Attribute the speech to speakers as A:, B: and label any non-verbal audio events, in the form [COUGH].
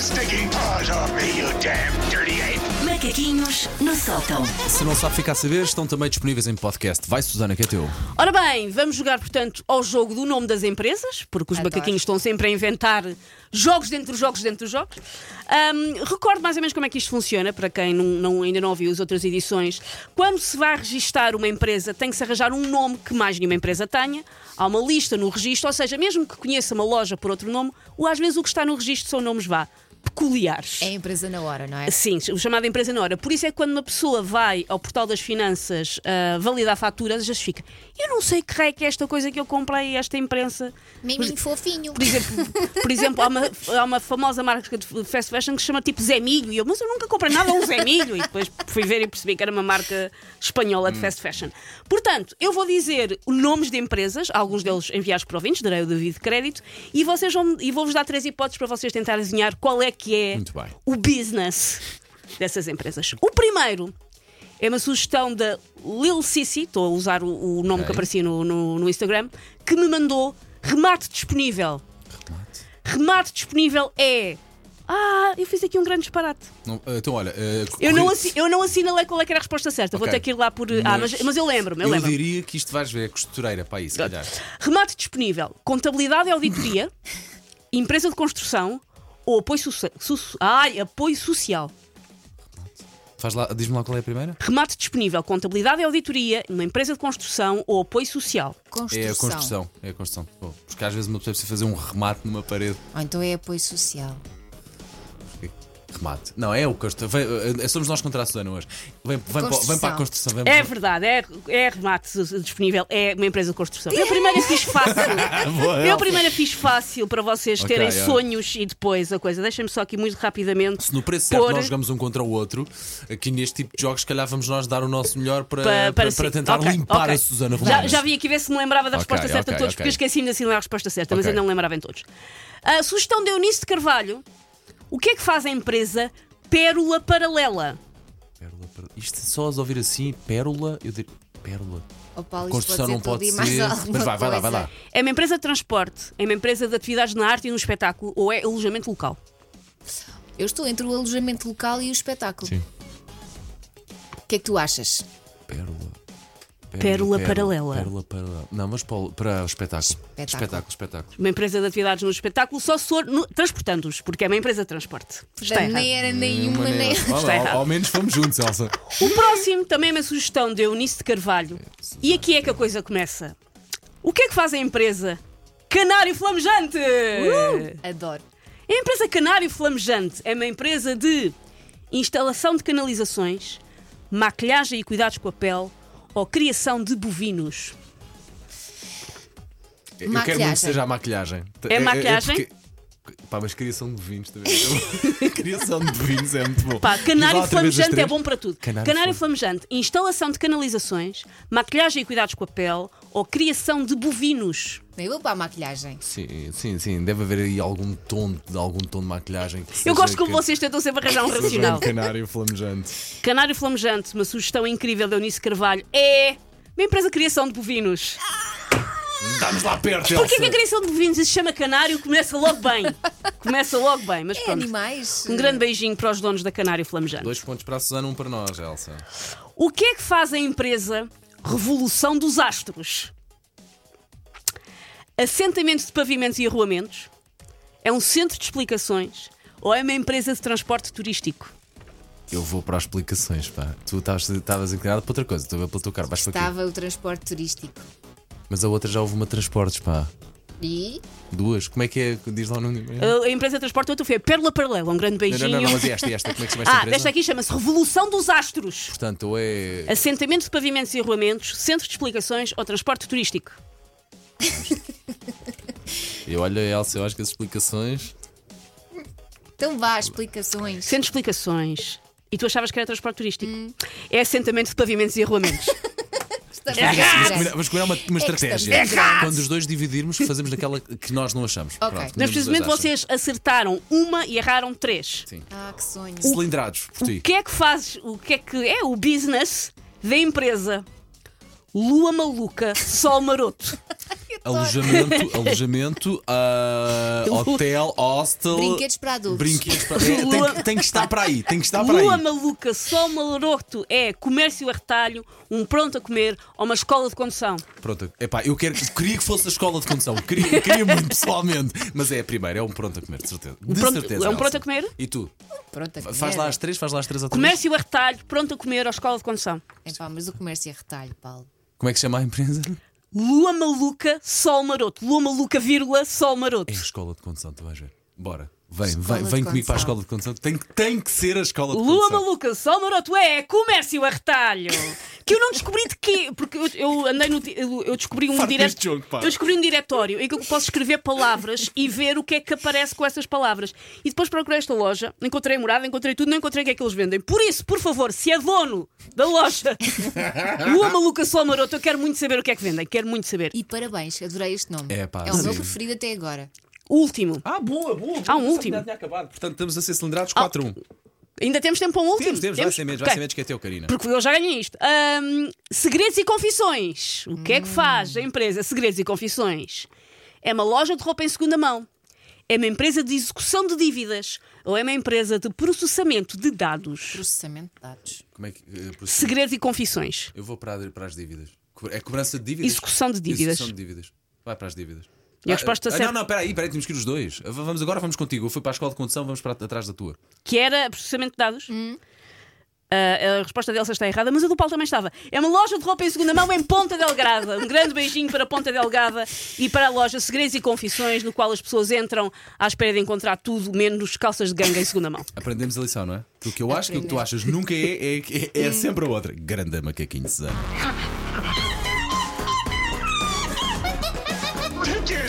A: stinking paws off me, you damn dirty ape!
B: Macaquinhos no sótão.
C: Se não sabe ficar a saber, estão também disponíveis em podcast. Vai, Susana, que é teu.
D: Ora bem, vamos jogar, portanto, ao jogo do nome das empresas, porque os macaquinhos estão sempre a inventar jogos dentro dos jogos dentro dos jogos. Ahm, recordo mais ou menos como é que isto funciona, para quem não, não- ainda não ouviu as outras edições. Quando se vai registar uma empresa, tem que se arranjar um nome que mais nenhuma empresa tenha. Há uma lista no registro, ou seja, mesmo que conheça uma loja por outro nome, ou às vezes o que está no registro são nomes, vá, peculiares.
E: É a empresa na hora, não é?
D: Sim, o chamado empresa na hora. Por isso é que quando uma pessoa vai ao portal das finanças ah, validar faturas, já se fica. Eu não sei que raio que é esta coisa que eu comprei, esta imprensa.
E: Miminho fofinho.
D: Por exemplo, por exemplo há, uma, há uma famosa marca de fast fashion que se chama tipo Zé Milho. E eu, mas eu nunca comprei nada a um Zé Milho. E depois fui ver e percebi que era uma marca espanhola
C: Hum.
D: de fast fashion. Portanto, eu vou dizer nomes de empresas, alguns deles enviados para ouvintes, darei o devido crédito, e, vocês vão, e vou-vos dar três hipóteses para vocês tentarem adivinhar qual é que é
C: Muito bem.
D: o business dessas empresas. O primeiro é uma sugestão da Lil Sissi, estou a usar o, o nome
C: Ok.
D: que aparecia no, no- no Instagram, que me mandou remate disponível. Remate disponível é. Ah, eu fiz aqui um grande disparate.
C: Não, eh, então, olha. eh,
D: Eu não,
C: corri-
D: assi eu não assinalei qual é que era a resposta certa. Vou
C: Ok.
D: ter que ir lá por. Ah, mas, mas eu lembro-me, eu
C: Eu
D: lembro-me.
C: diria que isto vais ver, é costureira, para aí, se calhar.
D: Remate disponível: contabilidade e auditoria, empresa de construção ou apoio, socia- so- ai, apoio social.
C: Faz lá, diz-me lá qual é a primeira?
D: Remate disponível: contabilidade e auditoria, uma empresa de construção ou apoio social.
E: Construção.
C: É a construção. É a construção. Bom, porque às vezes uma pessoa precisa fazer um remate numa parede.
E: Ou então é apoio social.
C: Remate. Não, é o construção. Somos nós contra a Susana hoje. Vem, vem, para, vem
E: Construção.
C: para a construção. Vem
D: É
C: para...
D: verdade, é, é remate so- disponível, é uma empresa de construção. Eu
C: [LAUGHS]
D: primeiro fiz fácil. Eu primeiro fiz fácil para vocês
C: Ok,
D: terem
C: é.
D: sonhos e depois a coisa. Deixem-me só aqui muito rapidamente.
C: Se no preço certo
D: pôr-
C: nós jogamos um contra o outro, aqui neste tipo de jogos, se calhar vamos nós dar o nosso melhor para,
D: Pa-
C: para,
D: para si.
C: para tentar
D: Ok,
C: limpar
D: ok.
C: a Susana
D: Já,
C: Romana.
D: já vim aqui ver se me lembrava da
C: Ok,
D: resposta certa
C: ok,
D: de todos, porque
C: ok.
D: eu esqueci-me de assinalar a resposta certa, mas
C: Ok.
D: ainda não me lembrava em todos. A sugestão de Eunice de Carvalho: o que é que faz a empresa Pérola Paralela?
C: Pérola, pérola. Isto só as ouvir assim, pérola, eu diria. Pérola.
E: O Paulo, isto
C: Construção
E: pode
C: não
E: ser tudo
C: pode
E: e
C: ser.
E: mais alguma
C: Mas vai, vai lá, vai lá.
E: coisa.
D: É uma empresa de transporte, é uma empresa de atividades na arte e no espetáculo, ou é alojamento local?
E: Eu estou entre o alojamento local e o espetáculo.
C: Sim.
E: O que é que tu achas?
C: Pérola.
D: Pérola paralela.
C: Pérola paralela. Não, mas para, o- para o espetáculo. Espetáculo,
E: Espetáculo.
C: espetáculo.
D: Uma empresa de atividades no espetáculo, só se for no- transportando-os, porque é uma empresa de transporte. Está
E: Da
D: errado.
E: maneira nenhuma, nem.
C: Olha, ao-
D: errado.
C: ao menos fomos juntos, Elsa.
D: O próximo também é uma sugestão de Eunice de Carvalho. E aqui é que a coisa começa. O que é que faz a empresa? Canário Flamejante!
E: Uh! [LAUGHS] Adoro.
D: A empresa Canário Flamejante é uma empresa de instalação de canalizações, maquilhagem e cuidados com a pele ou criação de bovinos.
C: Eu quero muito que
E: Maquilhagem.
C: seja a maquilhagem.
D: É maquilhagem?
C: porque- Pá, mas criação de vinhos também. é bom. [LAUGHS] criação de vinhos é muito bom.
D: Pá,
C: Diz lá
D: canário
C: outra vez as
D: flamejante é
C: três.
D: bom para tudo.
C: Canário
D: Canário, flamejante, instalação de canalizações, maquilhagem e cuidados com a pele ou criação de bovinos.
E: Eu vou para a maquilhagem.
C: Sim, sim, sim. Deve haver aí algum tom, de- algum tom de maquilhagem. que seja
D: Eu gosto como
C: é, que-
D: vocês tentam sempre arranjar um
C: que seja um
D: racional.
C: canário flamejante.
D: Canário Flamejante, uma sugestão incrível de Eunice Carvalho, é uma empresa de criação de bovinos.
C: Ah, Estamos lá perto, Elsa.
D: Porquê que a criação de bovinos se chama Canário? Começa
C: [LAUGHS]
D: logo bem. Começa logo bem, mas
E: É
D: pronto.
E: animais.
D: Um grande beijinho para os donos da Canário Flamejante.
C: Dois pontos para a Susana, um para nós, Elsa.
D: O que é que faz a empresa Revolução dos Astros? Assentamento de pavimentos e arruamentos? É um centro de explicações? Ou é uma empresa de transporte turístico?
C: Eu vou para as explicações, pá. Tu estavas- estavas inclinado para outra coisa, estou a ver pelo teu carro, vais para aqui.
E: Estava o transporte turístico.
C: Mas a outra já houve uma transportes, pá.
E: E.
C: Duas. Como é que é? Diz lá o nome. Não,
D: A a empresa de transporte é outra foi a Pérola Paralela. Um grande beijinho.
C: não, não, não, mas e esta, e esta, como é que se chama esta
D: Ah,
C: empresa?
D: esta aqui chama-se Revolução dos Astros.
C: Portanto, ou é.
D: Assentamento de pavimentos e arruamentos, centro de explicações ou transporte turístico.
C: Eu olho a Elsa, eu acho que as explicações.
E: Então vá, explicações.
D: Centro de explicações. E tu achavas que era transporte turístico? É assentamento de pavimentos
C: [LAUGHS]
D: e arruamentos.
E: Estamos
D: Ah,
C: Vamos
E: a
C: combinar, vamos combinar uma, uma
E: É que
C: estratégia.
E: estamos errados.
C: Quando os dois dividirmos, fazemos naquela que nós não achamos. Pronto, nenhum
D: Mas
C: dos
D: precisamente
C: dois acha.
D: vocês acertaram uma e erraram três.
E: Ah, que sonho.
D: é um-
C: Cilindrados, por ti.
D: O que é que fazes? O que é que é
C: [LAUGHS]
D: o business da empresa? Lua maluca, sol maroto.
C: alojamento, alojamento ah,
D: [LAUGHS]
C: hotel, hostel.
E: Brinquedos para adultos.
C: Brinquedos para- É, tem, que- tem que estar para aí. Tem que estar para
D: Lua
C: aí.
D: maluca, sol maloto é comércio a retalho, um pronto a comer ou uma escola de condução.
C: Pronto, epá, eu quero, queria que fosse a escola de condução. Queria, queria muito pessoalmente. Mas é a primeira, é um pronto a comer, de certeza. De
D: pronto-
C: certeza.
D: é um
C: Elsa.
D: pronto a comer? É.
C: E tu?
E: Pronto, a comer.
C: Faz lá as três, faz lá as três ou três.
D: Comércio a retalho, pronto a comer ou escola de condução.
E: Epá, mas o comércio é retalho, Paulo.
C: Como é que se chama a empresa?
D: Lua maluca, sol maroto. Lua maluca, vírgula, sol
C: É
D: maroto.
C: a escola de condução, tu vais ver. Bora. Vem,
E: Escola
C: vem,
E: de
C: vem comigo para a
E: condução.
C: escola de condução. Tem, que- tem que ser a escola de
D: Lua
C: condução.
D: maluca, sol maroto é comércio a retalho. [LAUGHS] Que eu não descobri de quê, porque eu, eu andei no. di- Eu eu descobri um
C: Farto
D: dire-
C: deste jogo, pá.
D: Eu descobri um diretório em que eu posso escrever palavras e ver o que é que aparece com essas palavras. E depois procurei esta loja, encontrei a morada, encontrei tudo, não encontrei o que é que eles vendem. Por isso, por favor, se é dono
C: [LAUGHS]
D: da loja Lua maluca, sol maroto, eu quero muito saber o que é que vendem, quero muito saber.
E: E parabéns, adorei este nome.
C: É, pá,
E: o meu
C: sim.
E: preferido até agora.
D: Último.
C: Ah, boa, boa.
D: Há um boa, último. já
C: Tinha acabado. Portanto, estamos a ser cilindrados
D: Ah,
C: 4-1.
D: Ainda temos tempo para um último?
C: Temos, temos, vai ser menos, vai
D: Ok.
C: ser menos que é teu, Karina.
D: Porque eu já ganhei isto. Ahm, segredos e confissões. O que é que faz a
C: Hum.
D: empresa Segredos e Confissões? É uma loja de roupa em segunda mão. É uma empresa de execução de dívidas. Ou é uma empresa de processamento de dados.
E: Processamento de dados.
C: Como é que. eh, por-
D: Segredos e confissões.
C: Eu vou para, a- para as dívidas. Co- É cobrança de dívidas?
D: Execução de dívidas.
C: Execução de dívidas. Vai para as dívidas.
D: E a resposta
C: ah,
D: certa-
C: Não, não, espera aí, espera aí, temos que ir os dois. Ah, V- Vamos agora, vamos contigo. Eu fui para a escola de condução, vamos para atrás da tua.
D: Que era processamento de dados. Ah, a resposta dela está errada, mas a do Paulo também estava. É uma loja de roupa em segunda mão em Ponta Delgada. Um grande beijinho para Ponta Delgada e para a loja Segredos e Confissões, no qual as pessoas entram à espera de encontrar tudo, menos calças de ganga em segunda mão.
C: Aprendemos a lição, não é? Que o que eu acho que o que tu achas nunca é, é, é, é sempre a outra. Grande macaquinho, Susana.
A: Take your